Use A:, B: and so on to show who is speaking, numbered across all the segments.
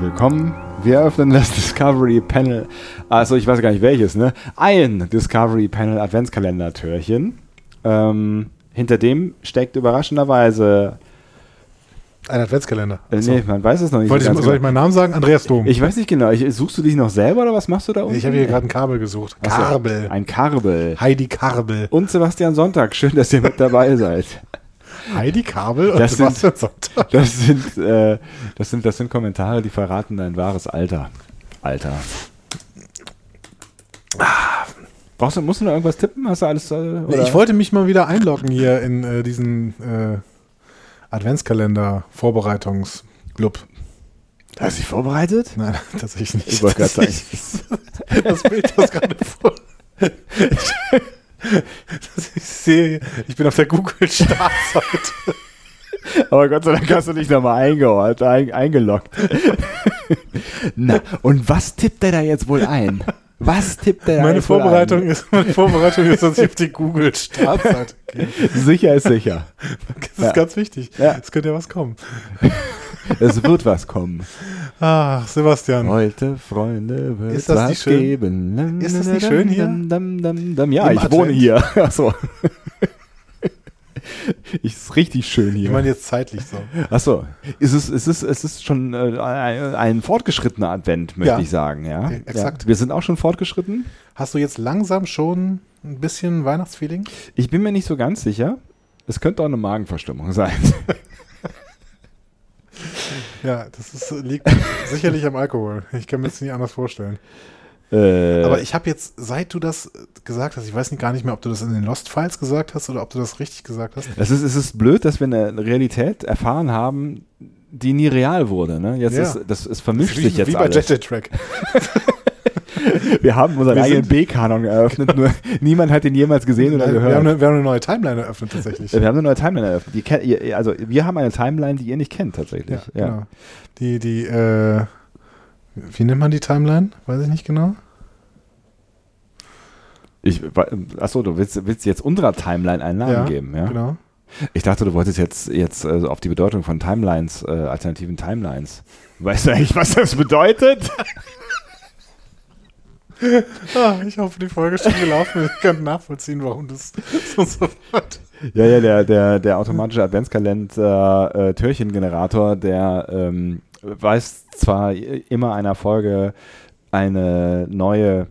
A: willkommen. Wir eröffnen das Discovery Panel. Also ich weiß gar nicht welches, ne? Ein Discovery Panel Adventskalender-Türchen. Ähm, hinter dem steckt überraschenderweise.
B: Ein Adventskalender.
A: Äh, nee, man weiß es noch nicht.
B: Wollte
A: so
B: ich,
A: ganz
B: soll ich meinen Namen sagen? Andreas Dom.
A: genau. ich weiß nicht genau. Ich, suchst du dich noch selber oder was machst du da unten?
B: Ich habe hier gerade ein Kabel gesucht.
A: Ach so,
B: Kabel.
A: Ein Kabel.
B: Heidi Kabel.
A: Und Sebastian Sonntag. Schön, dass ihr mit dabei seid.
B: Heidi Kabel und
A: Das sind-
B: Sebastian Sonntag.
A: Das sind, äh, das sind, das sind Kommentare, die verraten dein wahres Alter. Alter. Brauchst du, musst du noch irgendwas tippen? Hast du alles? Äh,
B: Nee,
A: oder?
B: ich wollte mich mal wieder einloggen hier in äh, diesen äh, Adventskalender-Vorbereitungsclub.
A: Hast du dich vorbereitet?
B: Nein, tatsächlich nicht.
A: Ich wollte gerade sagen.
B: das Bild, das gerade vor. Das ich sehe, ich bin auf der Google-Startseite.
A: Aber Gott sei Dank hast du dich nochmal eingeholt, ein, eingeloggt. Na, und was tippt der da jetzt wohl ein? Was tippt der da
B: Meine
A: jetzt wohl
B: Vorbereitung, ist, meine Vorbereitung ist, dass ich auf die Google-Startseite gehe.
A: ein? Sicher ist sicher.
B: Das
A: Ja.
B: ist ganz wichtig. Es
A: Ja.
B: könnte ja was kommen.
A: Es wird was kommen.
B: Ach, Sebastian.
A: Heute, Freunde, wird
B: Ähm, Ist das
A: was
B: nicht schön?
A: geben.
B: Ist das nicht schön hier?
A: Dam, dam, dam, dam. Ja,
B: Im
A: ich wohne
B: Advent?
A: hier. Achso. Ich, ist richtig schön
B: Ich
A: hier.
B: meine jetzt zeitlich so.
A: Achso. Es ist, es ist, es ist schon äh, ein ein fortgeschrittener Advent, möchte
B: Ja.
A: ich sagen. Ja?
B: Ja, exakt.
A: Ja. Wir sind auch schon fortgeschritten.
B: Hast du jetzt langsam schon ein bisschen Weihnachtsfeeling?
A: Ich bin mir nicht so ganz sicher. Es könnte auch eine Magenverstimmung sein.
B: Ja, das ist, liegt sicherlich am Alkohol. Ich kann mir das nicht anders vorstellen.
A: äh,
B: Aber ich habe jetzt, seit du das gesagt hast, ich weiß nicht, gar nicht mehr, ob du das in den Lost Files gesagt hast oder ob du das richtig gesagt hast.
A: das ist, es ist blöd, dass wir eine Realität erfahren haben, die nie real wurde. Ne? Jetzt
B: Ja.
A: ist, das, es vermischt
B: wie,
A: sich jetzt
B: wie bei
A: alles.
B: Jet Jet Track.
A: Wir haben unseren
B: Wir
A: eigenen
B: sind-
A: B-Kanon eröffnet, nur niemand hat ihn jemals gesehen
B: Wir
A: oder
B: haben,
A: gehört.
B: eine, wir haben eine neue Timeline eröffnet tatsächlich.
A: Wir haben eine neue Timeline eröffnet. Die kennt, ihr, also wir haben eine Timeline, die ihr nicht kennt tatsächlich.
B: Ja, Genau. Die, die, äh, wie nennt man die Timeline? Weiß ich nicht genau.
A: Ich, wa- achso, du willst, willst jetzt unserer Timeline einen Namen
B: Ja,
A: geben, ja?
B: Genau.
A: Ich dachte, du wolltest jetzt, jetzt äh, auf die Bedeutung von Timelines, äh, alternativen Timelines. Weißt du eigentlich, was das bedeutet?
B: Ah, ich hoffe, die Folge ist schon gelaufen. Ihr könnt nachvollziehen, warum das so sofort.
A: Ja, ja, der, der, der automatische Adventskalender-Türchengenerator, der ähm, weiß zwar immer einer Folge eine neue,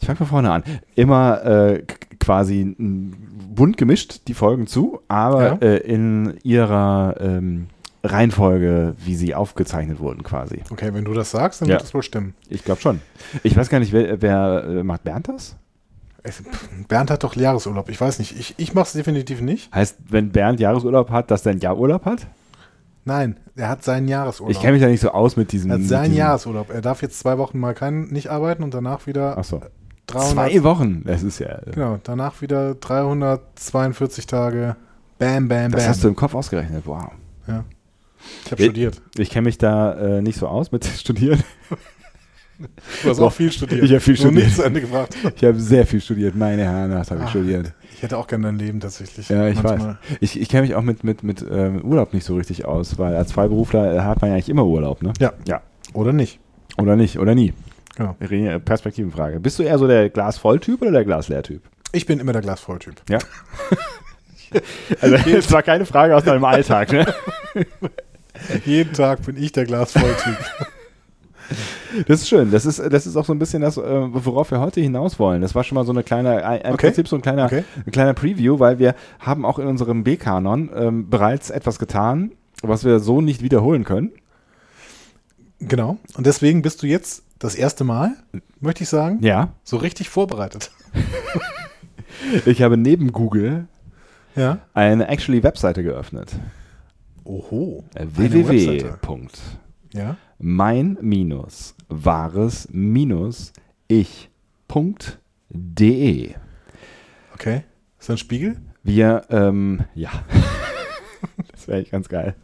A: ich fange von vorne an, immer äh, k- quasi n- bunt gemischt die Folgen zu, aber
B: Ja.
A: äh, in ihrer ähm, Reihenfolge, wie sie aufgezeichnet wurden quasi.
B: Okay, wenn du das sagst, dann
A: Ja.
B: wird das wohl stimmen.
A: Ich glaube schon. Ich weiß gar nicht, wer, wer äh, macht Bernd das?
B: Es- pff, Bernd hat doch Jahresurlaub. Ich weiß nicht. Ich, ich mache es definitiv nicht.
A: Heißt, wenn Bernd Jahresurlaub hat, dass der ein Jahr Urlaub hat?
B: Nein, er hat seinen Jahresurlaub.
A: Ich kenne mich da nicht so aus mit diesem.
B: er hat
A: mit
B: seinen
A: diesem-
B: Jahresurlaub. Er darf jetzt zwei Wochen mal kein, nicht arbeiten und danach wieder
A: Ach so.
B: 300,
A: Zwei Wochen. Das ist ja.
B: Genau, danach wieder 342 Tage. Bam, bam, bam.
A: Das hast du im Kopf ausgerechnet. Wow.
B: ja. Ich habe
A: Ich-
B: studiert.
A: Ich kenne mich da äh, nicht so aus mit Studieren.
B: Du hast
A: Doch.
B: auch viel studiert.
A: Ich hab viel
B: Nur
A: studiert.
B: nicht zu Ende gebracht.
A: Ich habe sehr viel studiert. Meine Herren, das habe ich
B: Ah.
A: studiert.
B: Ich hätte auch gerne dein Leben tatsächlich.
A: Ja, ich
B: Manchmal.
A: weiß. Ich, ich kenne mich auch mit, mit, mit ähm, Urlaub nicht so richtig aus, weil als Freiberufler äh, hat man ja eigentlich immer Urlaub, ne?
B: Ja.
A: Ja.
B: Oder nicht.
A: Oder nicht, oder nie.
B: Genau.
A: Wir reden ja Perspektivenfrage. Bist du eher so der Glasvolltyp oder der Glasleertyp?
B: Ich bin immer der Glasvolltyp.
A: Ja. Also, das war keine Frage aus deinem Alltag, ne?
B: Jeden Tag bin ich der Glasvolltyp.
A: Das ist schön. Das ist, das ist auch so ein bisschen das, äh, worauf wir heute hinaus wollen. Das war schon mal so eine kleine, ein, im
B: Okay.
A: Prinzip so ein kleiner,
B: Okay.
A: ein kleiner Preview, weil wir haben auch in unserem B-Kanon ähm, bereits etwas getan, was wir so nicht wiederholen können.
B: genau. Und deswegen bist du jetzt das erste Mal, möchte ich sagen,
A: Ja.
B: so richtig vorbereitet.
A: Ich habe neben Google
B: Ja.
A: eine actually Webseite geöffnet.
B: Oho.
A: Äh,
B: Eine
A: www.
B: Webseite. Ja.
A: mein minus wahres minus ich Punkt de.
B: Okay. Ist das ein Spiegel?
A: Wir, ähm, ja. das wäre echt ganz geil.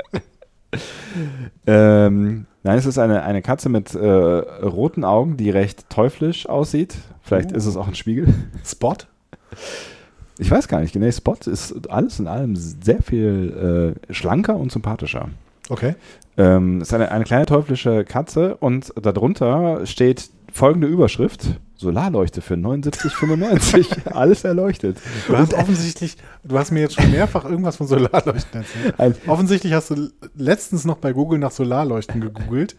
A: ähm, nein, es ist eine, eine Katze mit äh, roten Augen, die recht teuflisch aussieht. Vielleicht
B: Uh.
A: ist es auch ein Spiegel.
B: Spot?
A: Ich weiß gar nicht. Nee, Spot ist alles in allem sehr viel äh, schlanker und sympathischer.
B: Okay.
A: Ähm, ist eine, eine kleine teuflische Katze und darunter steht folgende Überschrift: Solarleuchte für 79,95. Alles erleuchtet.
B: Du hast offensichtlich, du hast mir jetzt schon mehrfach irgendwas von Solarleuchten erzählt.
A: Ein,
B: Offensichtlich hast du letztens noch bei Google nach Solarleuchten gegoogelt,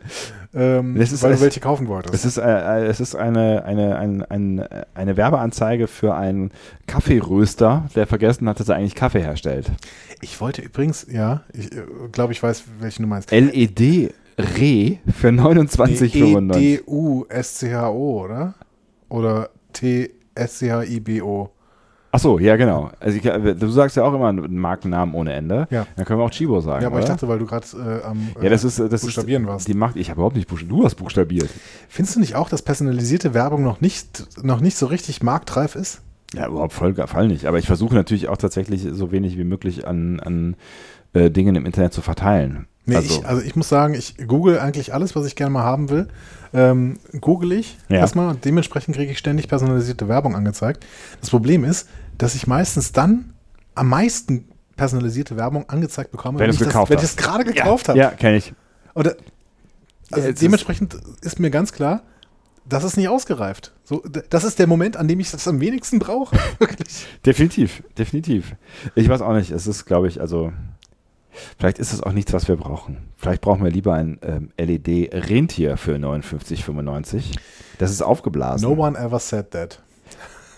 B: ähm,
A: Das ist
B: weil
A: alles-
B: du welche kaufen wolltest.
A: es ist, äh, äh, es ist eine, eine, ein, ein, eine Werbeanzeige für einen Kaffeeröster, der vergessen hat, dass er eigentlich Kaffee herstellt.
B: Ich wollte übrigens, ja, ich äh, glaube, ich weiß, welche du meinst.
A: LED Reh E für 29,95.
B: E E-D-U-S-C-H-O, oder? Oder T-S-C-H-I-B-O.
A: Ach so, ja genau. Also ich, du sagst ja auch immer einen Markennamen ohne Ende.
B: Ja.
A: Dann können wir auch Chibo sagen,
B: Ja, aber
A: oder?
B: ich dachte, weil du gerade äh, am
A: ja, das ist äh, das
B: Buchstabieren
A: ist,
B: warst.
A: Die macht, ich habe überhaupt nicht buchstabiert. Du hast buchstabiert.
B: Findest du nicht auch, dass personalisierte Werbung noch nicht, noch nicht so richtig marktreif ist?
A: Ja, überhaupt voll, voll nicht. Aber ich versuche natürlich auch tatsächlich so wenig wie möglich an, an äh, Dingen im Internet zu verteilen.
B: Nee,
A: also,
B: ich, also ich muss sagen, ich google eigentlich alles, was ich gerne mal haben will. Ähm, google ich
A: Ja.
B: erstmal und dementsprechend kriege ich ständig personalisierte Werbung angezeigt. Das Problem ist, dass ich meistens dann am meisten personalisierte Werbung angezeigt bekomme,
A: Wenn du
B: ich
A: es
B: das,
A: gekauft
B: wenn ich
A: hast.
B: es gerade gekauft habe.
A: ja, kenne ich.
B: Oder, also
A: es ist-
B: dementsprechend ist, mir ganz klar, das ist nicht ausgereift. So, d- das ist der Moment, an dem ich das am wenigsten brauche. Wirklich.
A: Definitiv, definitiv. Ich weiß auch nicht. Es ist, glaube ich, also vielleicht ist es auch nichts, was wir brauchen. Vielleicht brauchen wir lieber ein ähm, LED-Rentier für 59,95. Das ist aufgeblasen.
B: No one ever said that.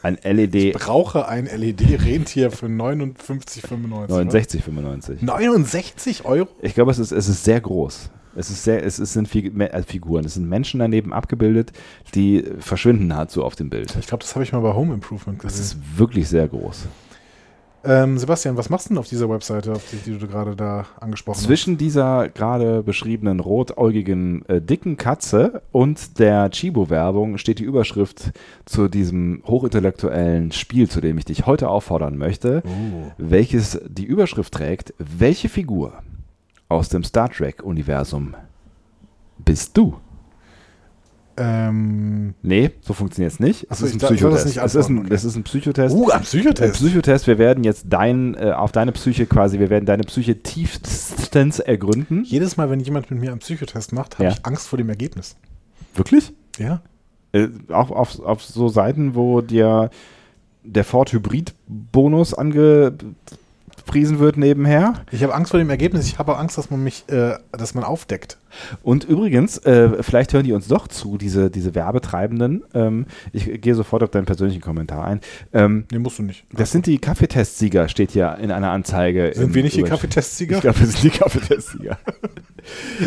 A: Ein E LED
B: Brauche ein LED-Rentier für 59,95.
A: 69,95.
B: 69 Euro?
A: Ich glaube, es ist, es ist sehr groß. Es, ist sehr, es, es sind Fig- Me- äh, Figuren, es sind Menschen daneben abgebildet, die verschwinden nahezu auf dem Bild.
B: Ich glaube, das habe ich mal bei Home Improvement
A: Es
B: gesehen.
A: ist wirklich sehr groß.
B: Ähm, Sebastian, was machst du denn auf dieser Webseite, auf die, die du gerade da angesprochen
A: Zwischen dieser gerade beschriebenen rotäugigen, äh, dicken Katze und der Chibo-Werbung steht die Überschrift zu diesem hochintellektuellen Spiel, zu dem ich dich heute auffordern möchte,
B: hast? Oh.
A: welches die Überschrift trägt, welche Figur aus dem Star Trek-Universum bist du?
B: Ähm,
A: Nee, so funktioniert es nicht. Es
B: Achso,
A: ist ein
B: ich dachte, ich wollte das
A: Psychotest.
B: nicht
A: Es ist ein,
B: antworten,
A: es ist ein Psychotest.
B: uh, am
A: Ein
B: Psychotest.
A: Psychotest, wir werden jetzt dein, äh, auf deine Psyche quasi, wir werden deine Psyche tiefstens ergründen.
B: Jedes Mal, wenn jemand mit mir einen Psychotest macht, habe
A: Ja.
B: ich Angst vor dem Ergebnis.
A: Wirklich?
B: Ja.
A: Äh, auch auf, auf so Seiten, wo dir der Ford Hybrid-Bonus angepriesen wird nebenher.
B: Ich habe Angst vor dem Ergebnis. Ich habe Angst, dass man mich, äh, dass man aufdeckt.
A: Und übrigens, äh, vielleicht hören die uns doch zu, diese, diese Werbetreibenden. Ähm, ich gehe sofort auf deinen persönlichen Kommentar ein. Ähm,
B: Nee, musst du nicht.
A: das sind die Kaffeetestsieger, steht hier in einer Anzeige.
B: Sind
A: im
B: wir nicht die
A: Übersch-
B: Kaffeetestsieger?
A: Ich glaube, wir sind die Kaffeetestsieger.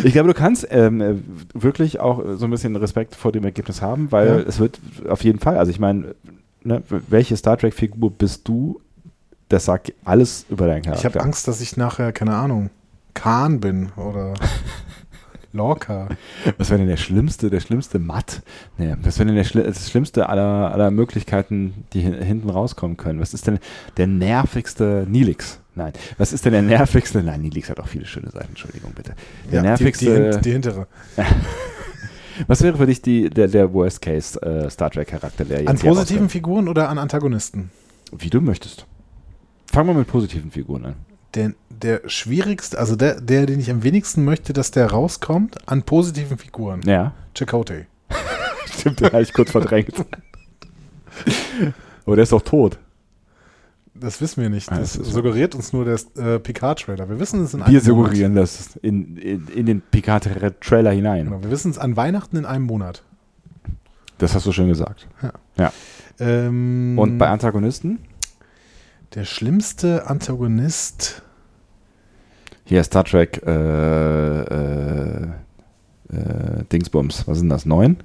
A: ich glaube, du kannst ähm, äh, wirklich auch äh, so ein bisschen Respekt vor dem Ergebnis haben, weil
B: Ja.
A: es wird auf jeden Fall, also ich meine, ne, w- welche Star Trek-Figur bist du? Das sagt alles über deinen
B: Ich
A: Charakter.
B: habe Angst, dass ich nachher, keine Ahnung, Kahn bin oder Lorca.
A: Was wäre denn der schlimmste, der schlimmste Matt? Nee, was wäre denn der Schli das schlimmste aller, aller Möglichkeiten, die hin hinten rauskommen können? Was ist denn der nervigste Nilix? Nein, was ist denn der nervigste? Nein, Nilix hat auch viele schöne Seiten, Entschuldigung bitte. Der
B: Ja, die, die,
A: nervigste.
B: hin- die hintere.
A: Was wäre für dich die, der, der Worst Case äh, Star Trek Charakter, der jetzt
B: An
A: hier
B: positiven Figuren oder an Antagonisten?
A: rauskommt? Wie du möchtest. Fangen wir mit positiven Figuren an.
B: Der, der schwierigste, also der, der, den ich am wenigsten möchte, dass der rauskommt, an positiven Figuren.
A: Ja,
B: Chakotay.
A: stimmt, den habe ich kurz verdrängt. Aber der ist doch tot.
B: Das wissen wir nicht.
A: Ah,
B: Das
A: das ist-
B: suggeriert uns nur der äh, Picard-Trailer. Wir wissen es in
A: Wir
B: einem Monat.
A: suggerieren das in, in, in den Picard-Trailer hinein.
B: Genau, wir wissen es an Weihnachten in einem Monat.
A: Das hast du schön gesagt.
B: Ähm,
A: Und bei Antagonisten?
B: der schlimmste Antagonist.
A: Hier Star Trek äh, äh, äh, Dingsbums. Was sind das? Neun?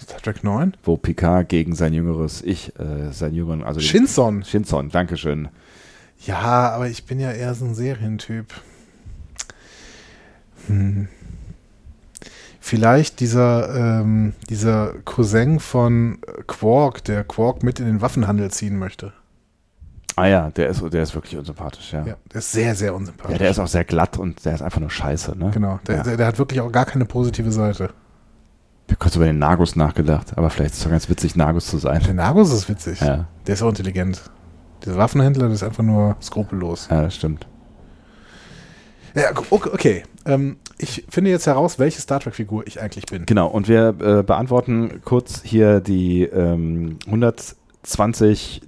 B: Star Trek 9?
A: Wo Picard gegen sein jüngeres Ich, äh, sein jüngeren, also den-
B: Shinson.
A: Shinson, Dankeschön.
B: Ja, aber ich bin ja eher so ein Serientyp. Hm. Vielleicht dieser, ähm, dieser Cousin von äh, Quark, der Quark mit in den Waffenhandel ziehen möchte.
A: Ah ja, der ist, der ist wirklich unsympathisch, ja.
B: Ja,
A: ja.
B: der ist sehr, sehr unsympathisch.
A: der ist auch sehr glatt und der ist einfach nur scheiße, ne?
B: Genau, der,
A: Ja.
B: der, der hat wirklich auch gar keine positive Seite.
A: Ich habe kurz über den Nagus nachgedacht, aber vielleicht ist es doch ganz witzig, Nagus zu sein.
B: Der Nagus ist witzig.
A: Ja,
B: Der ist auch intelligent. Dieser Waffenhändler, der ist einfach nur skrupellos.
A: ja das stimmt.
B: Ja, okay. okay. Ähm, ich finde jetzt heraus, welche Star Trek-Figur ich eigentlich bin.
A: Genau, und wir äh, beantworten kurz hier die ähm, 120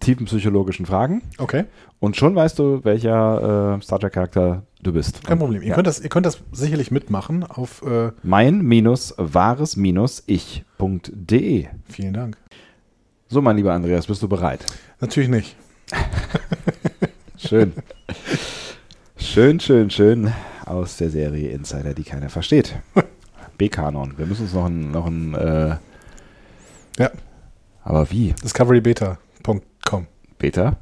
A: tiefenpsychologischen Fragen.
B: Okay,
A: Und schon weißt du, welcher äh, Star Trek-Charakter du bist.
B: kein Problem. Ihr,
A: Ja.
B: könnt das, ihr könnt das sicherlich mitmachen auf. Äh,
A: Mein-wahres-ich.de.
B: vielen Dank.
A: So, mein lieber Andreas, bist du bereit?
B: Natürlich nicht.
A: Schön. schön, schön, schön aus der Serie Insider, die keiner versteht. B-Kanon. Wir müssen uns noch ein. Noch ein äh
B: Ja.
A: Aber wie?
B: DiscoveryBeta.com.
A: Beta?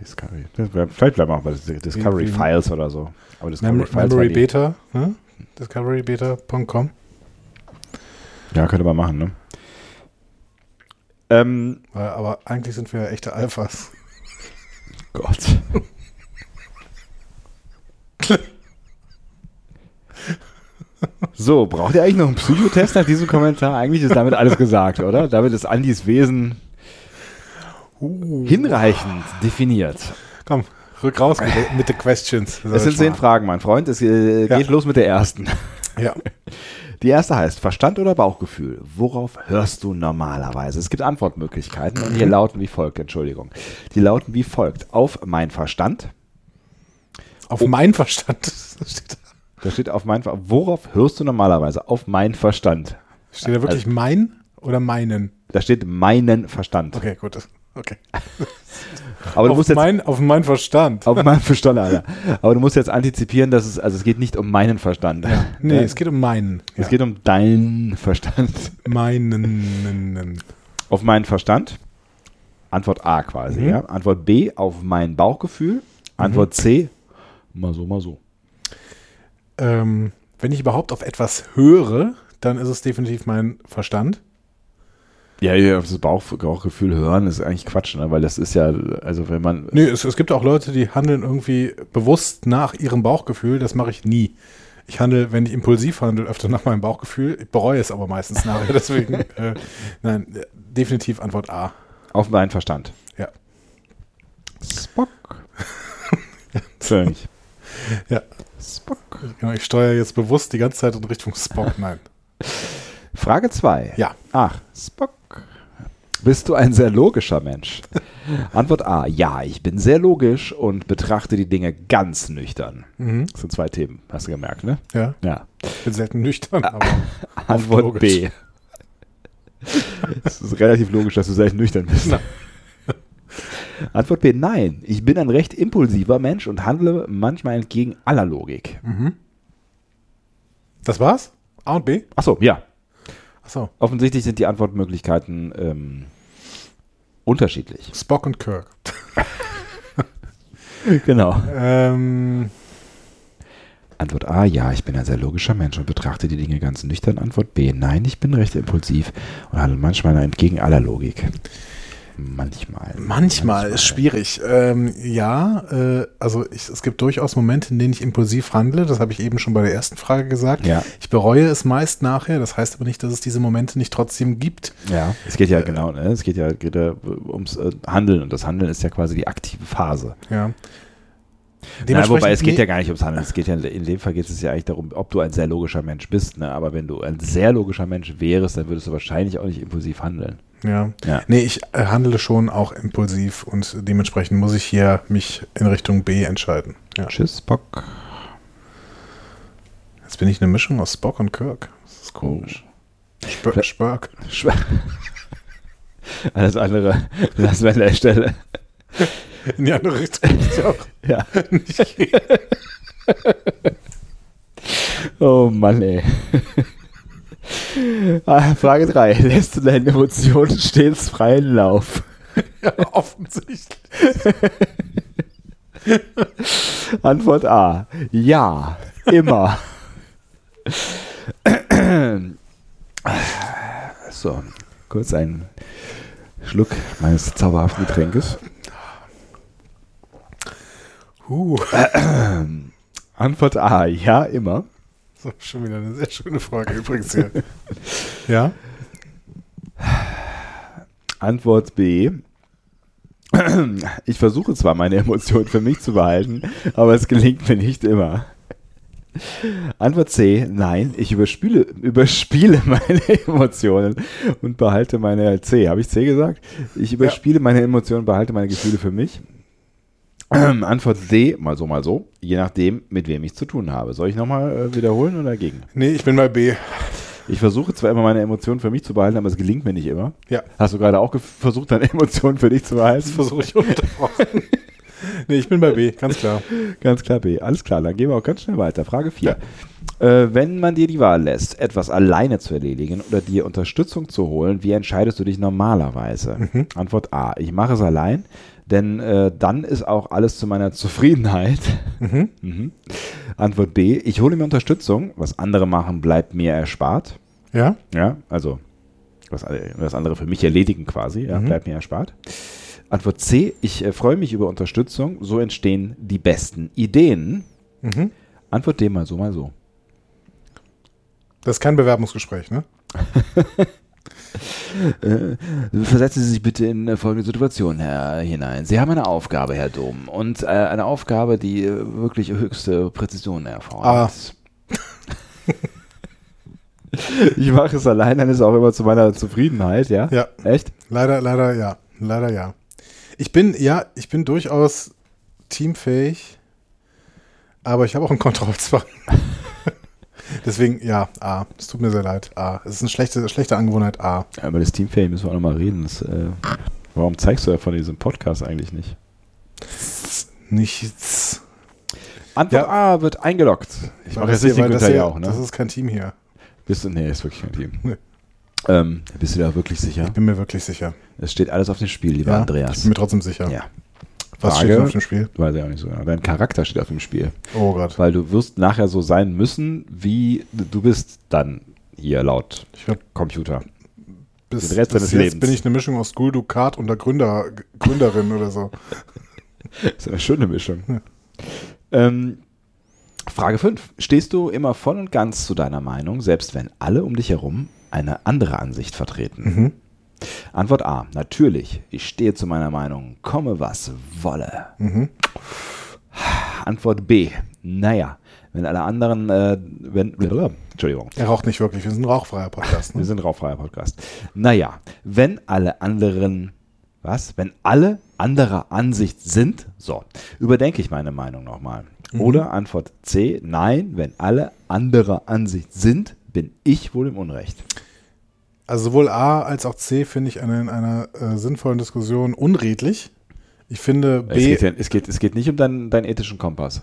A: Discovery. Vielleicht bleiben wir auch bei Discovery
B: Irgendwie-
A: Files oder so. Aber Discovery
B: Mem
A: Files. halt war
B: Memory
A: die-
B: Beta. Ne? DiscoveryBeta.com.
A: Ja, könnte man machen, ne? Ähm,
B: Äh, Aber eigentlich sind wir ja echte Alphas.
A: Gott. So, braucht ihr eigentlich noch einen Psychotest nach diesem Kommentar? Eigentlich ist damit alles gesagt, oder? Damit ist Andys Wesen
B: Uh.
A: hinreichend definiert.
B: Komm, rück raus mit, der- mit den Questions.
A: Es sind zehn
B: Fragen.
A: Fragen, mein Freund. Es äh,
B: Ja.
A: geht los mit der ersten.
B: Ja.
A: Die erste heißt Verstand oder Bauchgefühl? Worauf hörst du normalerweise? Es gibt Antwortmöglichkeiten und die lauten wie folgt, Entschuldigung. Die lauten wie folgt. Auf mein Verstand.
B: Auf meinen Verstand. Steht,
A: Da steht auf mein Ver Worauf hörst du normalerweise? Auf mein Verstand.
B: steht da wirklich mein oder meinen?
A: Da steht meinen Verstand.
B: Okay, gut. Okay.
A: Aber du
B: auf,
A: musst jetzt
B: mein, auf meinen Verstand.
A: auf meinen Verstand, Alter. Aber du musst jetzt antizipieren, dass es also es geht nicht um meinen Verstand.
B: Nee,
A: Ja.
B: es geht um meinen.
A: es geht um deinen Verstand.
B: um meinen.
A: Auf meinen Verstand. Antwort A quasi,
B: Mhm.
A: ja. Antwort B auf mein Bauchgefühl. Antwort C mal so, mal so.
B: Ähm, wenn ich überhaupt auf etwas höre, dann ist es definitiv mein Verstand.
A: Ja, ja, auf das Bauch, Bauchgefühl hören ist eigentlich Quatsch, ne? weil das ist ja, also wenn man,
B: Nee, es, es gibt auch Leute, die handeln irgendwie bewusst nach ihrem Bauchgefühl. Das mache ich nie. Ich handle, wenn ich impulsiv handle, öfter nach meinem Bauchgefühl. Ich bereue es aber meistens nachher. Deswegen, äh, nein, äh, definitiv Antwort A.
A: auf meinen Verstand.
B: Ja.
A: Spock. Schön. nicht.
B: Ja.
A: Spock.
B: Genau, ich steuere jetzt bewusst die ganze Zeit in Richtung Spock. Nein.
A: Frage 2.
B: Ja.
A: Ach, Spock. Bist du ein sehr logischer Mensch? Antwort A. Ja, ich bin sehr logisch und betrachte die Dinge ganz nüchtern.
B: Mhm.
A: Das sind zwei Themen, hast du gemerkt, ne?
B: Ja,
A: Ja.
B: ich bin selten nüchtern, aber
A: Antwort
B: logisch.
A: B. Es ist relativ logisch, dass du sehr nüchtern bist.
B: Na.
A: Antwort B. Nein, ich bin ein recht impulsiver Mensch und handle manchmal entgegen aller Logik.
B: das war's? A und B?
A: Achso, ja.
B: Achso,
A: Offensichtlich sind die Antwortmöglichkeiten ähm, unterschiedlich.
B: Spock und Kirk.
A: Genau.
B: Ähm,
A: Antwort A, ja, ich bin ein sehr logischer Mensch und betrachte die Dinge ganz nüchtern. Antwort B, nein, ich bin recht impulsiv und handle manchmal entgegen aller Logik. Manchmal.
B: manchmal ist schwierig. Ähm, ja, äh, also ich, es gibt durchaus Momente, in denen ich impulsiv handle. Das habe ich eben schon bei der ersten Frage gesagt.
A: Ja.
B: Ich bereue es meist nachher. Das heißt aber nicht, dass es diese Momente nicht trotzdem gibt.
A: Ja, es geht ja genau, ne? es geht ja, geht ja ums äh, Handeln und das Handeln ist ja quasi die aktive Phase.
B: Ja.
A: Na, wobei es geht
B: nee,
A: ja gar nicht ums Handeln, es geht ja in dem Fall geht es ja eigentlich darum, ob du ein sehr logischer Mensch bist, ne? aber wenn du ein sehr logischer Mensch wärest, dann würdest du wahrscheinlich auch nicht impulsiv handeln.
B: Ja.
A: Ja.
B: Nee, ich äh, handle schon auch impulsiv und dementsprechend muss ich hier mich in Richtung B entscheiden. Ja.
A: Tschüss, Bock.
B: Jetzt bin ich eine Mischung aus Spock und Kirk. Das ist komisch. Spö
A: Vielleicht-
B: Spörk.
A: Schwa- Alles andere lassen wir an der Stelle.
B: In die andere Richtung ist ja auch
A: Ja.
B: nicht.
A: Oh Mann, ey. Ah, Frage 3. Lässt du deinen Emotionen stets freien Lauf?
B: Ja, offensichtlich.
A: Antwort A. Ja, immer. so, kurz einen Schluck meines zauberhaften Getränkes.
B: Uh,
A: Antwort A. Ja, immer.
B: das war schon wieder eine sehr schöne Frage übrigens hier. ja?
A: Antwort B. Ich versuche zwar meine Emotionen für mich zu behalten, aber es gelingt mir nicht immer. Antwort C, nein, ich überspüle, überspiele meine Emotionen und behalte meine C. Habe ich C gesagt? Ich überspiele meine Emotionen, behalte meine Gefühle für mich. Antwort D, mal so, mal so, je nachdem, mit wem ich zu tun habe. Soll ich nochmal äh, wiederholen oder gegen?
B: Nee, ich bin bei B.
A: Ich versuche zwar immer meine Emotionen für mich zu behalten, aber es gelingt mir nicht immer.
B: Ja.
A: Hast du gerade auch gef- versucht, deine Emotionen für dich zu behalten?
B: Das versuche ich unterbrochen. nee, ich bin bei B, ganz klar.
A: Ganz klar, B. Alles klar, dann gehen wir auch ganz schnell weiter. Frage 4. Äh, wenn man dir die Wahl lässt, etwas alleine zu erledigen oder dir Unterstützung zu holen, wie entscheidest du dich normalerweise? Antwort A. Ich mache es allein, denn äh, dann ist auch alles zu meiner Zufriedenheit. Mhm. Antwort B. Ich hole mir Unterstützung. Was andere machen, bleibt mir erspart.
B: Ja?
A: Ja, also was, alle- was andere für mich erledigen quasi, ja, bleibt mir erspart. Antwort C, ich äh, freue mich über Unterstützung, so entstehen die besten Ideen.
B: Mhm.
A: Antwort D mal so, mal so.
B: Das ist kein Bewerbungsgespräch, ne?
A: Versetzen Sie sich bitte in äh, folgende Situation Herr, hinein. Sie haben eine Aufgabe, Herr Dom, und äh, eine Aufgabe, die äh, wirklich höchste Präzision erfordert. ich mache es allein, dann ist auch immer zu meiner Zufriedenheit, ja?
B: Ja.
A: Echt?
B: Leider, leider ja. Leider ja. Ich bin, ja, ich bin durchaus teamfähig, aber ich habe auch einen Kontrollzwang. Deswegen, ja, A. Es tut mir sehr leid. A. Es ist eine schlechte, schlechte Angewohnheit, A.
A: Ja, über das Teamfairy müssen wir auch nochmal reden. Das, äh, warum zeigst du ja von diesem Podcast eigentlich nicht?
B: Nichts.
A: Antwort A wird eingeloggt. Ich mache jetzt nicht den Günther ja auch,
B: Das
A: ne?
B: ist kein Team hier.
A: Bist du, nee, ist wirklich kein Team.
B: Nee.
A: Ähm, bist du da wirklich sicher?
B: Ich bin mir wirklich sicher.
A: Es steht alles auf dem Spiel, lieber
B: Ich
A: Andreas.
B: bin mir trotzdem sicher.
A: Ja,
B: Was
A: Frage.
B: steht denn auf dem Spiel?
A: weiß ich auch nicht so genau. Dein Charakter steht auf dem Spiel.
B: Oh Gott.
A: Weil du wirst nachher so sein müssen, wie du bist dann hier laut
B: Ich werd
A: Computer.
B: bis,
A: Den Rest
B: bis
A: deines
B: jetzt
A: Lebens.
B: bin ich eine Mischung aus Gul Dukat und der Gründer, G- Gründerin oder so.
A: Das ist eine schöne Mischung. Ähm, Frage 5. Stehst du immer voll und ganz zu deiner Meinung, selbst wenn alle um dich herum eine andere Ansicht vertreten? Antwort A. Natürlich. Ich stehe zu meiner Meinung. Komme, was wolle. Antwort B. Naja, wenn alle anderen, äh, wenn, Entschuldigung,
B: Er raucht nicht wirklich. Wir sind ein rauchfreier Podcast.
A: wir
B: Ne?
A: sind ein rauchfreier Podcast. Naja, wenn alle anderen, was? Wenn alle anderer Ansicht sind, so, überdenke ich meine Meinung nochmal.
B: Mhm.
A: Oder Antwort C, nein, wenn alle anderer Ansicht sind, bin ich wohl im Unrecht.
B: Also sowohl A als auch C finde ich eine, in einer äh, sinnvollen Diskussion unredlich. Ich finde
A: Es
B: B.
A: geht, ja, es geht, es geht nicht um deinen, deinen ethischen Kompass.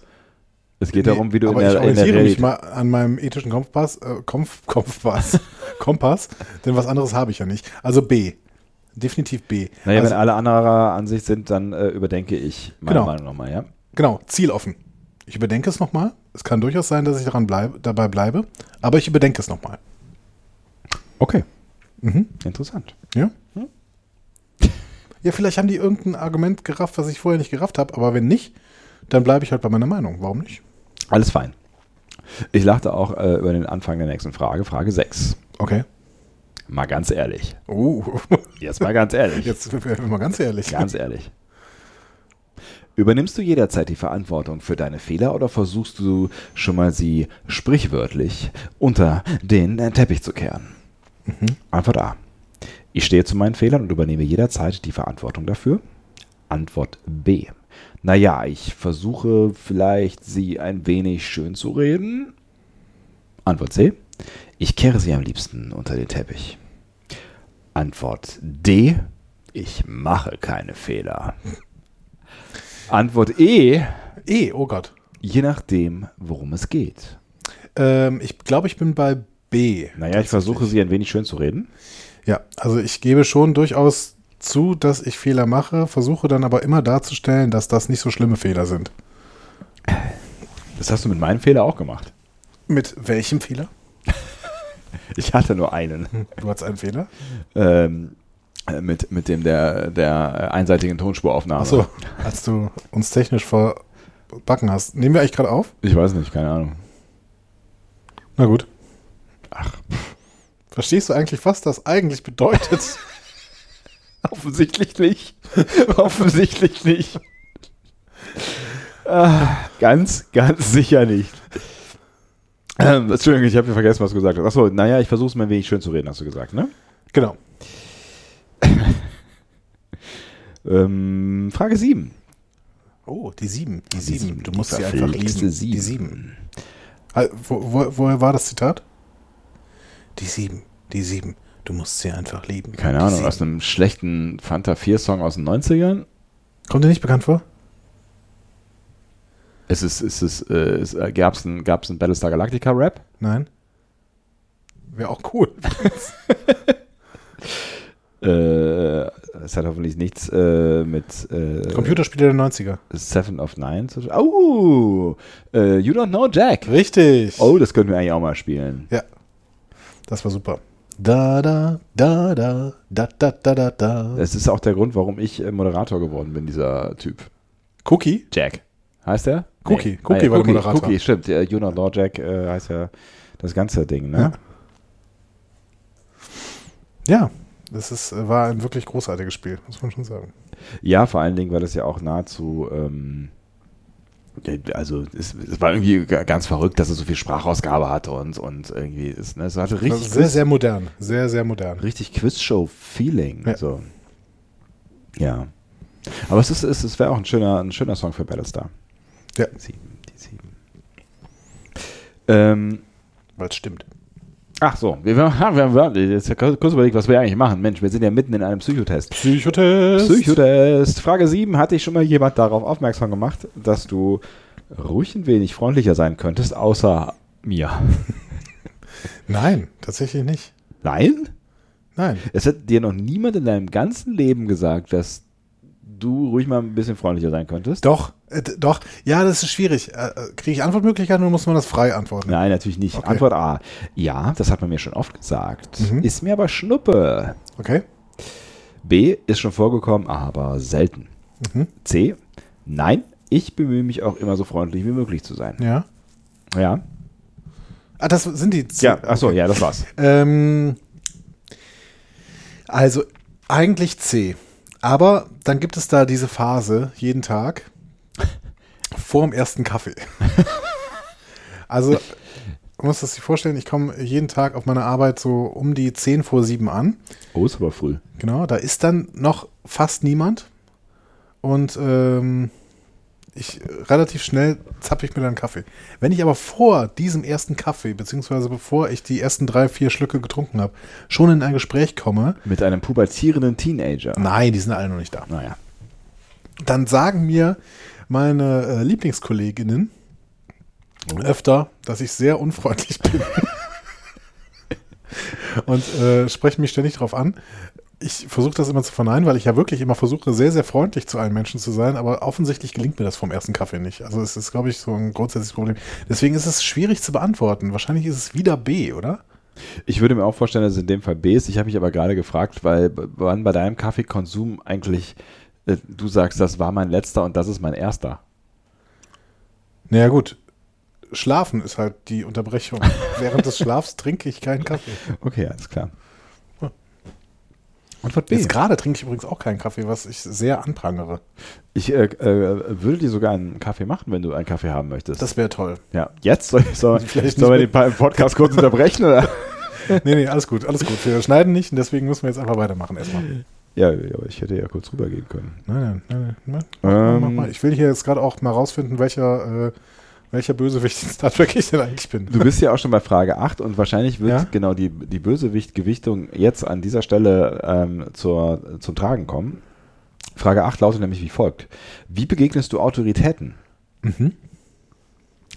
A: Es geht darum, wie du in
B: aber
A: der,
B: ich
A: in der
B: orientiere mich mal an meinem ethischen Kompass, äh, Konf, Kompass, Kompass, denn was anderes habe ich ja nicht. Also B. Definitiv B.
A: Naja,
B: also,
A: wenn alle anderer Ansicht sind, dann äh, überdenke ich meine
B: Genau.
A: Meinung nochmal, ja?
B: Genau, zieloffen. Ich überdenke es nochmal. Es kann durchaus sein, dass ich daran bleib, dabei bleibe, aber ich überdenke es nochmal.
A: Okay,
B: Mhm.
A: interessant.
B: Ja? Ja, vielleicht haben die irgendein Argument gerafft, was ich vorher nicht gerafft habe, aber wenn nicht, dann bleibe ich halt bei meiner Meinung. Warum nicht?
A: Alles fein. Ich lachte auch äh, über den Anfang der nächsten Frage, Frage 6.
B: Okay.
A: Mal ganz ehrlich.
B: Oh,
A: Jetzt mal ganz ehrlich.
B: jetzt werden wir mal ganz ehrlich.
A: Ganz ehrlich. Übernimmst du jederzeit die Verantwortung für deine Fehler oder versuchst du schon mal sie sprichwörtlich unter den äh, Teppich zu kehren? Antwort A. Ich stehe zu meinen Fehlern und übernehme jederzeit die Verantwortung dafür. Antwort B. Naja, ich versuche vielleicht, sie ein wenig schön zu reden. Antwort C. Ich kehre sie am liebsten unter den Teppich. Antwort D. Ich mache keine Fehler. Antwort E.
B: E, oh Gott.
A: Je nachdem, worum es geht.
B: Ähm, ich glaube, ich bin bei B.
A: Naja, ich versuche sie ein wenig schön zu reden.
B: Ja, also ich gebe schon durchaus zu, dass ich Fehler mache, versuche dann aber immer darzustellen, dass das nicht so schlimme Fehler sind.
A: Das hast du mit meinem Fehler auch gemacht.
B: Mit welchem Fehler?
A: Ich hatte nur einen.
B: Du hattest einen Fehler?
A: Ähm, äh, mit, mit dem der, der äh, einseitigen Tonspuraufnahme.
B: Achso, als du uns technisch verbacken hast. Nehmen wir eigentlich gerade auf?
A: Ich weiß nicht, keine Ahnung.
B: Na gut. Ach. Verstehst du eigentlich, was das eigentlich bedeutet?
A: Offensichtlich nicht. Offensichtlich nicht. Ah, ganz, ganz sicher nicht. Ähm, Entschuldigung, ich habe vergessen, was du gesagt hast. Achso, naja, ich versuche es mir ein wenig schön zu reden, hast du gesagt, ne?
B: Genau.
A: Ähm, Frage 7.
B: Oh, die sieben. Die, sieben.
A: sieben,
B: Du
A: die
B: musst sie einfach
A: verflixt
B: lieben.
A: sieben.
B: Die sieben. Ah, wo, wo, woher war das Zitat? Die sieben. Die sieben. Du musst sie einfach lieben.
A: Keine
B: die
A: Ahnung,
B: sieben.
A: aus einem schlechten Fanta 4-Song aus den 90ern?
B: Kommt dir nicht bekannt vor?
A: Es ist, es ist, äh, es äh, gab's einen, gab's einen Battlestar Galactica Rap?
B: Nein. Wäre auch cool.
A: Äh, es hat hoffentlich nichts äh, mit äh,
B: Computerspiele der 90er.
A: Seven of Nine zu tun. Oh, äh, You Don't Know Jack.
B: Richtig.
A: Oh, das könnten wir eigentlich auch mal spielen.
B: Ja. Das war super. Da, da, da, da, da, da, da, da, da.
A: Das ist auch der Grund, warum ich äh, Moderator geworden bin, dieser Typ.
B: Cookie?
A: Jack. Heißt der? Ah,
B: Cookie.
A: ja,
B: Cookie war der Moderator.
A: Cookie, stimmt. Ja, you Know Law Jack äh, heißt ja das ganze Ding, ne?
B: Ja. Das ist, äh, war ein wirklich großartiges Spiel, muss man schon sagen.
A: Ja, vor allen Dingen, weil das ja auch nahezu. Ähm, ja, also es, es war irgendwie ga- ganz verrückt, dass es so viel Sprachausgabe hatte und, und irgendwie ist, ne? Es hatte
B: Also
A: richtig,
B: sehr, sehr modern. Sehr, sehr modern.
A: richtig Quizshow-Feeling.
B: Ja.
A: So. Ja. Aber es ist, es, es wäre auch ein schöner, ein schöner Song für Battlestar.
B: Ja.
A: Sieben, die sieben. Ähm,
B: Weil es stimmt.
A: Ach so, wir, wir, wir, wir jetzt kurz überlegt, was wir eigentlich machen. Mensch, wir sind ja mitten in einem Psychotest.
B: Psychotest.
A: Psychotest. Frage 7. Hat dich schon mal jemand darauf aufmerksam gemacht, dass du ruhig ein wenig freundlicher sein könntest, außer mir?
B: Nein, tatsächlich nicht.
A: Nein?
B: Nein.
A: Es hat dir noch niemand in deinem ganzen Leben gesagt, dass du ruhig mal ein bisschen freundlicher sein könntest?
B: Doch, äh, d- doch. Ja, das ist schwierig. Äh, äh, Kriege ich Antwortmöglichkeiten oder muss man das frei antworten?
A: Nein, natürlich nicht.
B: Okay.
A: Antwort A. Ja, das hat man mir schon oft gesagt.
B: Mhm.
A: Ist mir aber Schnuppe.
B: Okay.
A: B ist schon vorgekommen, aber selten.
B: Mhm.
A: C. Nein, ich bemühe mich auch immer so freundlich wie möglich zu sein.
B: Ja.
A: Ja.
B: Ah, das sind die. Z-
A: Ja, achso, ja, das war's.
B: Ähm, also eigentlich C. Aber dann gibt es da diese Phase jeden Tag vor dem ersten Kaffee. also man muss das sich vorstellen, ich komme jeden Tag auf meiner Arbeit so um die 10 vor 7 an.
A: Oh, ist aber früh.
B: Genau, da ist dann noch fast niemand. Und ähm, ich relativ schnell zapp ich mir dann Kaffee. Wenn ich aber vor diesem ersten Kaffee, beziehungsweise bevor ich die ersten drei, vier Schlücke getrunken habe, schon in ein Gespräch komme,
A: Mit einem pubertierenden Teenager.
B: nein, die sind alle noch nicht da.
A: Naja.
B: Dann sagen mir meine äh, Lieblingskolleginnen öfter, dass ich sehr unfreundlich bin. Und äh, sprechen mich ständig darauf an. Ich versuche das immer zu verneinen, weil ich ja wirklich immer versuche, sehr, sehr freundlich zu allen Menschen zu sein, aber offensichtlich gelingt mir das vom ersten Kaffee nicht. Also es ist, glaube ich, so ein grundsätzliches Problem. Deswegen ist es schwierig zu beantworten. Wahrscheinlich ist es wieder B, oder?
A: Ich würde mir auch vorstellen, dass es in dem Fall B ist. Ich habe mich aber gerade gefragt, weil b- wann bei deinem Kaffeekonsum eigentlich äh, du sagst, das war mein letzter und das ist mein erster.
B: Naja gut, Schlafen ist halt die Unterbrechung. Während des Schlafs trinke ich keinen Kaffee.
A: Okay, alles klar. Antwort B.
B: Jetzt gerade trinke ich übrigens auch keinen Kaffee, was ich sehr anprangere.
A: Ich äh, äh, würde dir sogar einen Kaffee machen, wenn du einen Kaffee haben möchtest.
B: Das wäre toll.
A: ja, jetzt soll, soll,
B: Vielleicht
A: soll man den
B: nicht
A: Pa- Podcast kurz unterbrechen, oder?
B: Nee, nee, alles gut, alles gut. Wir schneiden nicht und deswegen müssen wir jetzt einfach weitermachen erstmal. Nein,
A: Ja, aber ich hätte ja kurz rübergehen können.
B: nein, nein. nein.
A: Ähm,
B: Mach mal. Ich will hier jetzt gerade auch mal rausfinden, welcher, äh, welcher Bösewicht in Star Trek ich denn eigentlich bin.
A: Du bist ja auch schon bei Frage 8 und wahrscheinlich wird
B: Ja?
A: genau die, die Bösewicht-Gewichtung jetzt an dieser Stelle ähm, zur, zum Tragen kommen. Frage 8 lautet nämlich wie folgt. Wie begegnest du Autoritäten?
B: Mhm.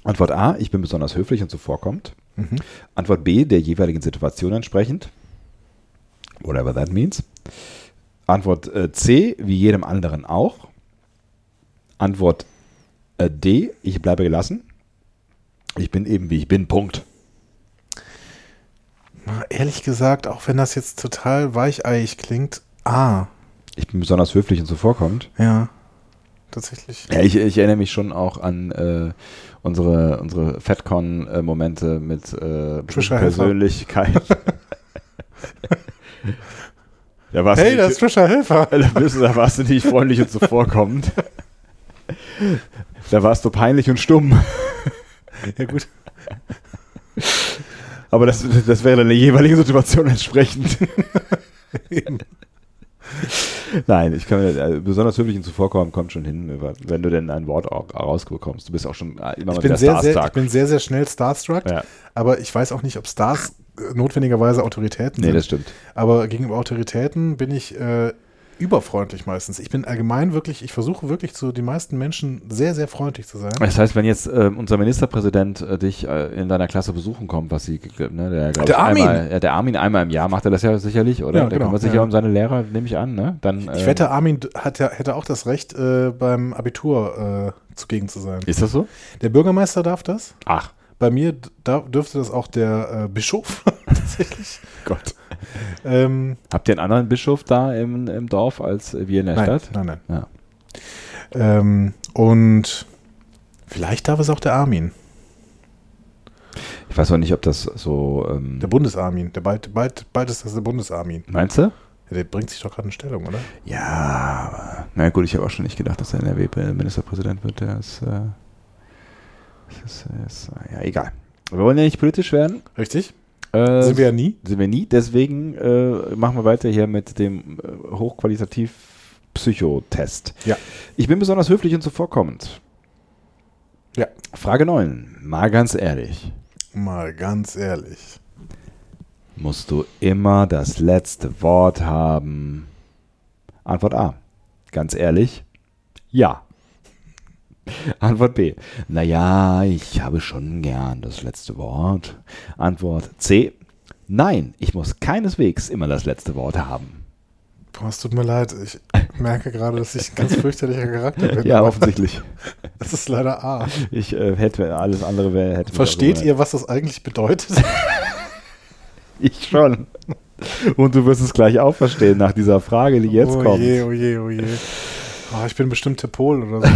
A: Antwort A, ich bin besonders höflich und zuvorkommend.
B: Mhm.
A: Antwort B, der jeweiligen Situation entsprechend. Whatever that means. Antwort äh, C, wie jedem anderen auch. Antwort äh, D, ich bleibe gelassen. Ich bin eben wie ich bin, Punkt.
B: Na, Ehrlich gesagt, auch wenn das jetzt total weicheiig klingt, ah,
A: Ich bin besonders höflich und zuvorkommend.
B: ja, tatsächlich.
A: Ja, ich, ich erinnere mich schon auch an äh, unsere, unsere Fatcon-Momente mit äh,
B: Trisha Helfer.
A: Persönlichkeit. Da warst
B: Hey,
A: du
B: das ist
A: nicht,
B: Trisha Helfer.
A: da, bist, du- da warst du nicht freundlich und zuvorkommend. Da warst du peinlich und stumm.
B: Ja, gut.
A: Aber das, das wäre deiner jeweiligen Situation entsprechend. Nein, ich kann mir, äh, besonders höflich und zuvorkommen kommt schon hin, wenn du denn ein Wort auch rausbekommst. Du bist auch schon äh, immer
B: Ich
A: mal
B: bin,
A: wieder
B: sehr, sehr, ich
A: Starstruck.
B: bin sehr, sehr schnell Starstruck,
A: Ja.
B: aber ich weiß auch nicht, ob Stars äh, notwendigerweise Autoritäten
A: Nee,
B: sind.
A: das stimmt.
B: Aber gegenüber Autoritäten bin ich äh, überfreundlich meistens. Ich bin allgemein wirklich, ich versuche wirklich zu den meisten Menschen sehr, sehr freundlich zu sein.
A: Das heißt, wenn jetzt äh, unser Ministerpräsident äh, dich äh, in deiner Klasse besuchen kommt, was sie, ge- ne, der, glaub
B: Der
A: ich,
B: Armin.
A: Einmal, ja, der Armin einmal im Jahr macht er das ja sicherlich, oder?
B: Ja,
A: der
B: genau,
A: kümmert sich ja.
B: ja.
A: um seine Lehrer, nehme ich an, ne? Dann,
B: Ich
A: ähm,
B: wette, Armin d- hat ja, hätte auch das Recht, äh, beim Abitur äh, zugegen zu sein.
A: Ist das so?
B: Der Bürgermeister darf das.
A: Ach
B: Bei mir d- darf, dürfte das auch der äh, Bischof tatsächlich.
A: Gott.
B: Ähm,
A: Habt ihr einen anderen Bischof da im, im Dorf als wir in der
B: nein,
A: Stadt?
B: nein, nein.
A: Ja.
B: Ähm, und vielleicht darf es auch der Armin,
A: Ich weiß auch nicht, ob das so. Ähm,
B: der Bundesarmin. Der bald, bald, bald ist das der Bundesarmin.
A: meinst du?
B: Ja, der bringt sich doch gerade in Stellung, oder?
A: Ja, aber- na gut, ich habe auch schon nicht gedacht, dass der NRW-Ministerpräsident wird. Der ist, äh, das ist, ist, äh, ja, egal. Wir wollen ja nicht politisch werden.
B: Richtig?
A: Äh,
B: Sind wir ja nie.
A: sind wir nie. Deswegen äh, machen wir weiter hier mit dem äh, hochqualitativ Psychotest.
B: Ja.
A: Ich bin besonders höflich und zuvorkommend.
B: Ja.
A: Frage 9. Mal ganz ehrlich.
B: Mal ganz ehrlich.
A: Musst du immer das letzte Wort haben? Antwort A. Ganz ehrlich? Ja. Antwort B. Naja, ich habe schon gern das letzte Wort. Antwort C. Nein, ich muss keineswegs immer das letzte Wort haben.
B: Boah, es tut mir leid. Ich merke gerade, dass ich ein ganz fürchterlicher Charakter bin.
A: Ja, offensichtlich.
B: Das ist leider A.
A: Ich äh, hätte alles andere wäre hätte mich
B: Versteht
A: auch
B: ihr, was das eigentlich bedeutet?
A: gewundert. Ich schon. Und du wirst es gleich auch verstehen nach dieser Frage, die jetzt
B: oh
A: kommt.
B: je, oh je, oh je. Oh, ich bin bestimmt Tepol oder so.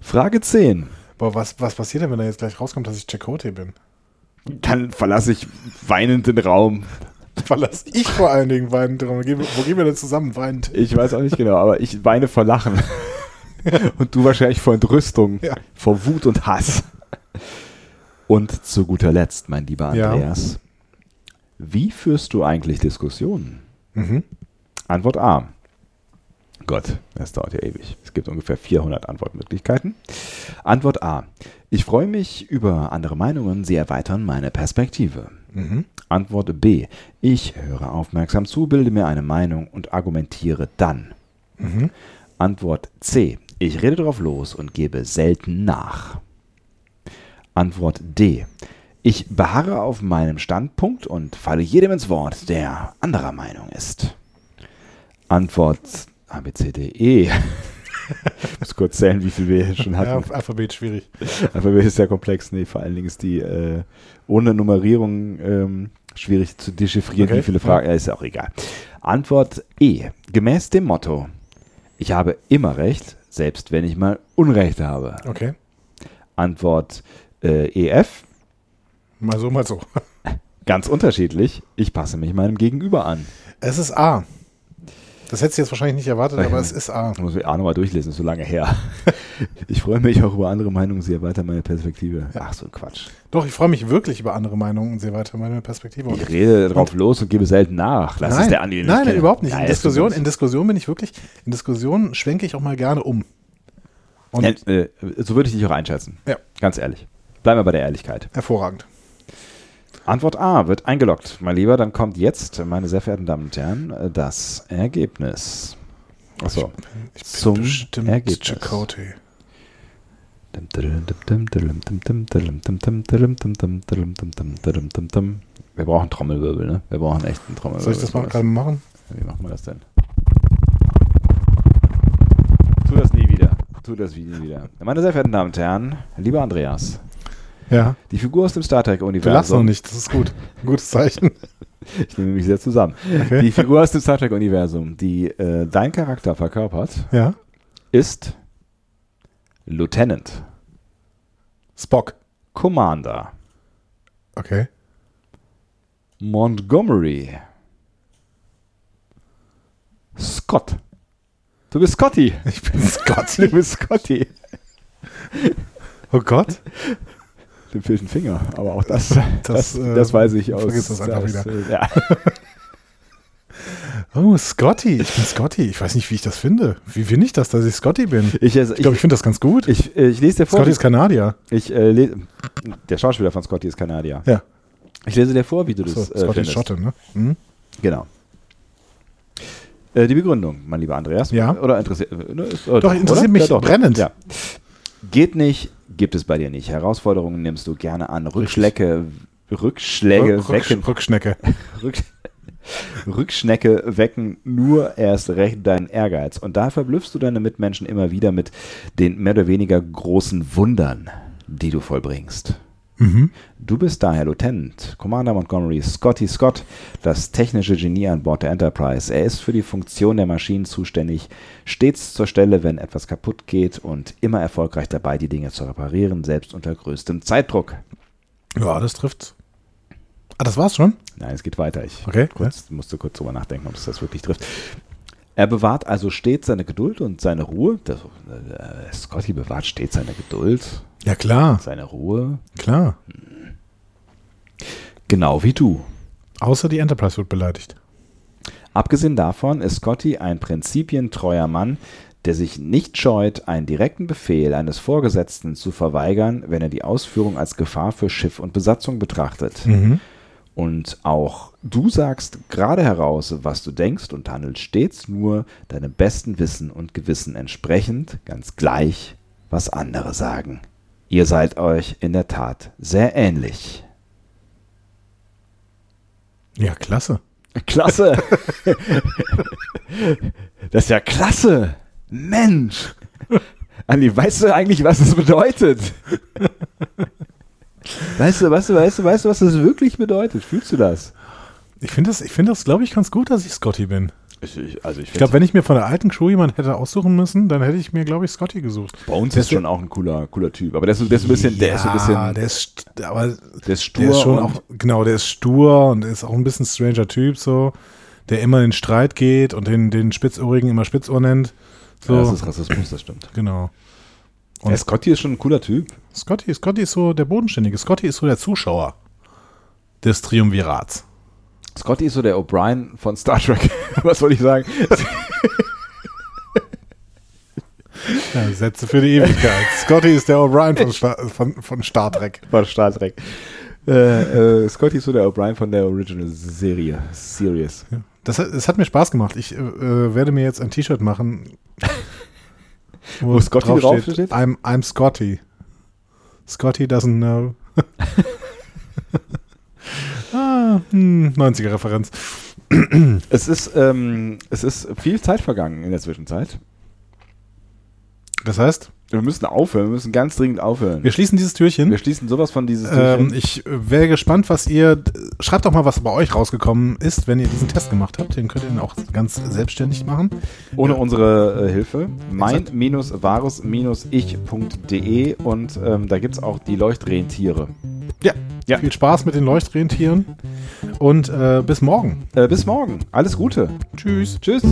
A: Frage 10.
B: Boah, was, was passiert denn, wenn da jetzt gleich rauskommt, dass ich Chakotay bin?
A: Dann verlasse ich weinend den Raum.
B: Verlass ich vor allen Dingen weinend drum. Wo gehen wir- wo gehen wir denn zusammen weinend?
A: Ich weiß auch nicht genau, aber ich weine vor Lachen. Und du wahrscheinlich vor Entrüstung,
B: Ja.
A: vor Wut und Hass. Und zu guter Letzt, mein lieber
B: Ja.
A: Andreas, wie führst du eigentlich Diskussionen?
B: Mhm.
A: Antwort A. Gott, das dauert ja ewig. Es gibt ungefähr 400 Antwortmöglichkeiten. Antwort A. Ich freue mich über andere Meinungen. Sie erweitern meine Perspektive.
B: Mhm.
A: Antwort B. Ich höre aufmerksam zu, bilde mir eine Meinung und argumentiere dann.
B: Mhm.
A: Antwort C. Ich rede drauf los und gebe selten nach. Antwort D. Ich beharre auf meinem Standpunkt und falle jedem ins Wort, der anderer Meinung ist. Antwort A, B, C, D, E. Ich muss kurz zählen, wie viel wir hier schon
B: Ja,
A: hatten.
B: Alphabet schwierig.
A: Aber es ist ja komplex. Nee, vor allen Dingen ist die äh, ohne Nummerierung ähm, schwierig zu dechiffrieren,
B: Okay,
A: wie viele Fragen. Ja. ist ja auch egal. Antwort E. Gemäß dem Motto: Ich habe immer recht, selbst wenn ich mal Unrecht habe.
B: Okay.
A: Antwort äh, EF.
B: Mal so, mal so.
A: Ganz unterschiedlich. Ich passe mich meinem Gegenüber an.
B: Es ist A. Das hättest du jetzt wahrscheinlich nicht erwartet,
A: Okay.
B: aber es ist A.
A: Ich muss mir A nochmal durchlesen, ist so lange her. Ich freue mich auch über andere Meinungen, sie erweitern meine Perspektive. Ach, so ein Quatsch.
B: Doch, ich freue mich wirklich über andere Meinungen und sehe weiter meine Perspektive.
A: Ich rede drauf los und gebe selten nach. Lass es
B: nein,
A: der Andi
B: nein, nein,
A: kennen.
B: überhaupt nicht.
A: Ja,
B: In
A: ist so
B: Diskussion,
A: dumm.
B: in Diskussion bin ich wirklich, in Diskussion schwenke ich auch mal gerne um. Und
A: Ja, äh, so würde ich dich auch einschätzen.
B: Ja.
A: Ganz ehrlich. Bleiben wir bei der Ehrlichkeit.
B: hervorragend.
A: Antwort A wird eingeloggt. Mein Lieber, dann kommt jetzt, meine sehr verehrten Damen und Herren, äh, das Ergebnis. Achso.
B: Ich bin
A: Zum Ergebnis.
B: Chakotay.
A: Wir brauchen Trommelwirbel, ne? Wir brauchen echt einen Trommelwirbel.
B: Soll ich das mal gerade machen?
A: Wie machen wir das denn? Tu das nie wieder. Tu das nie wieder. Meine sehr verehrten Damen und Herren, lieber Andreas,
B: Ja.
A: die Figur aus dem Star Trek-Universum.
B: Wir lachen noch nicht, das ist gut. Ein gutes Zeichen.
A: Ich nehme mich sehr zusammen. Die Figur aus dem Star Trek-Universum, die äh, dein Charakter verkörpert,
B: Ja.
A: ist Lieutenant,
B: Spock.
A: Commander,
B: Okay.
A: Montgomery, Scott. Du bist Scotty.
B: Ich bin Scott.
A: Du bist Scotty.
B: Oh Gott.
A: Dem fehlt ein Finger, aber auch das, das, das,
B: äh,
A: weiß ich aus.
B: vergiss das einfach wieder.
A: äh, Ja.
B: Oh, Scotty. Ich bin Scotty. Ich weiß nicht, wie ich das finde. Wie finde ich das, dass ich Scotty bin? Ich
A: Ich, also, ich,
B: glaube, ich finde das ganz gut.
A: ich, äh, ich lese dir vor.
B: Scotty ist Kanadier.
A: wie- ich, äh, le- der Schauspieler von Scotty ist Kanadier.
B: Ja.
A: Ich lese dir vor, wie du das
B: So,
A: äh,
B: Scotty ist
A: findest.
B: Schotte, ne? Hm?
A: Genau. Äh, Die Begründung, mein lieber Andreas.
B: Ja.
A: Oder interessiert. äh, ne, ist- äh,
B: Doch, interessiert mich brennend.
A: Ja. Geht nicht, gibt es bei dir nicht. Herausforderungen nimmst du gerne an. Rückschläge, Rückschläge
B: Rück-
A: wecken.
B: Rück- Rückschnecke.
A: Rück, Rückschnecke wecken nur erst recht deinen Ehrgeiz. Und da verblüffst du deine Mitmenschen immer wieder mit den mehr oder weniger großen Wundern, die du vollbringst.
B: Mhm.
A: Du bist daher Lieutenant Commander Montgomery Scotty Scott, das technische Genie an Bord der Enterprise. Er ist für die Funktion der Maschinen zuständig, stets zur Stelle, wenn etwas kaputt geht und immer erfolgreich dabei, die Dinge zu reparieren, selbst unter größtem Zeitdruck.
B: Ja, das trifft. Ah, das war's schon?
A: Nein, es geht weiter. Ich
B: Okay.
A: kurz, musste kurz drüber nachdenken, ob es das wirklich trifft. Er bewahrt also stets seine Geduld und seine Ruhe. Das, äh, Scotty bewahrt stets seine Geduld,
B: Ja, klar.
A: seine Ruhe.
B: Klar.
A: Genau wie du.
B: Außer die Enterprise wird beleidigt.
A: Abgesehen davon ist Scotty ein prinzipientreuer Mann, der sich nicht scheut, einen direkten Befehl eines Vorgesetzten zu verweigern, wenn er die Ausführung als Gefahr für Schiff und Besatzung betrachtet.
B: Mhm.
A: Und auch du sagst gerade heraus, was du denkst und handelst stets nur deinem besten Wissen und Gewissen entsprechend, ganz gleich, was andere sagen. Ihr seid euch in der Tat sehr ähnlich.
B: Ja, klasse.
A: Klasse. Das ist ja klasse. Mensch. Andi, weißt du eigentlich, was es bedeutet? Weißt du, weißt du, weißt du, weißt du, was das wirklich bedeutet? Fühlst du das?
B: Ich finde das, ich finde das glaube ich, ganz gut, dass ich Scotty bin.
A: also ich
B: Ich glaube, wenn ich mir von der alten Crew jemanden hätte aussuchen müssen, dann hätte ich mir, glaube ich, Scotty gesucht.
A: Bones
B: der
A: ist
B: ist ja-
A: schon auch ein cooler, cooler Typ. Aber der ist, der ist ein bisschen, der ist so ein
B: Ja,
A: bisschen,
B: der ist, st- aber
A: der ist stur.
B: der ist schon
A: und-
B: auch, genau, der ist stur und ist auch ein bisschen stranger Typ, so, der immer in Streit geht und den, den Spitzohrigen immer Spitzohr nennt. So,
A: Ja, das ist Rassismus, das stimmt.
B: genau. Und-
A: Ja, Scotty ist schon ein cooler Typ.
B: Scotty, Scotty ist so der Bodenständige. Scotty ist so der Zuschauer des Triumvirats.
A: Scotty ist so der O'Brien von Star Trek. Was soll ich sagen?
B: Ja, Sätze für die Ewigkeit. Scotty ist der O'Brien von, Star- von, von Star Trek.
A: Von Star Trek. Äh, äh, Scotty ist so der O'Brien von der Original-Serie. Series.
B: Das, hat- es hat mir Spaß gemacht. Ich äh, äh, werde mir jetzt ein T-Shirt machen,
A: Wo Scotty draufsteht?
B: I'm, I'm Scotty. Scotty doesn't know. ah, hm, 90er-Referenz.
A: Es ist, ähm, es ist viel Zeit vergangen in der Zwischenzeit.
B: Das heißt,
A: Wir müssen aufhören, wir müssen ganz dringend aufhören.
B: wir schließen dieses Türchen.
A: Wir schließen sowas von dieses
B: Ähm,
A: Türchen.
B: ich wäre gespannt, was ihr. Schreibt doch mal, was bei euch rausgekommen ist, wenn ihr diesen Test gemacht habt. Den könnt ihr dann auch ganz selbstständig machen.
A: ohne
B: ja.
A: unsere äh, Hilfe. Mein-varus-ich.de und ähm, da gibt es auch die Leuchtrentiere.
B: Ja.
A: Ja.
B: Viel Spaß mit den Leuchtrentieren und äh, bis morgen.
A: Äh, bis morgen. Alles Gute.
B: Tschüss.
A: Tschüss.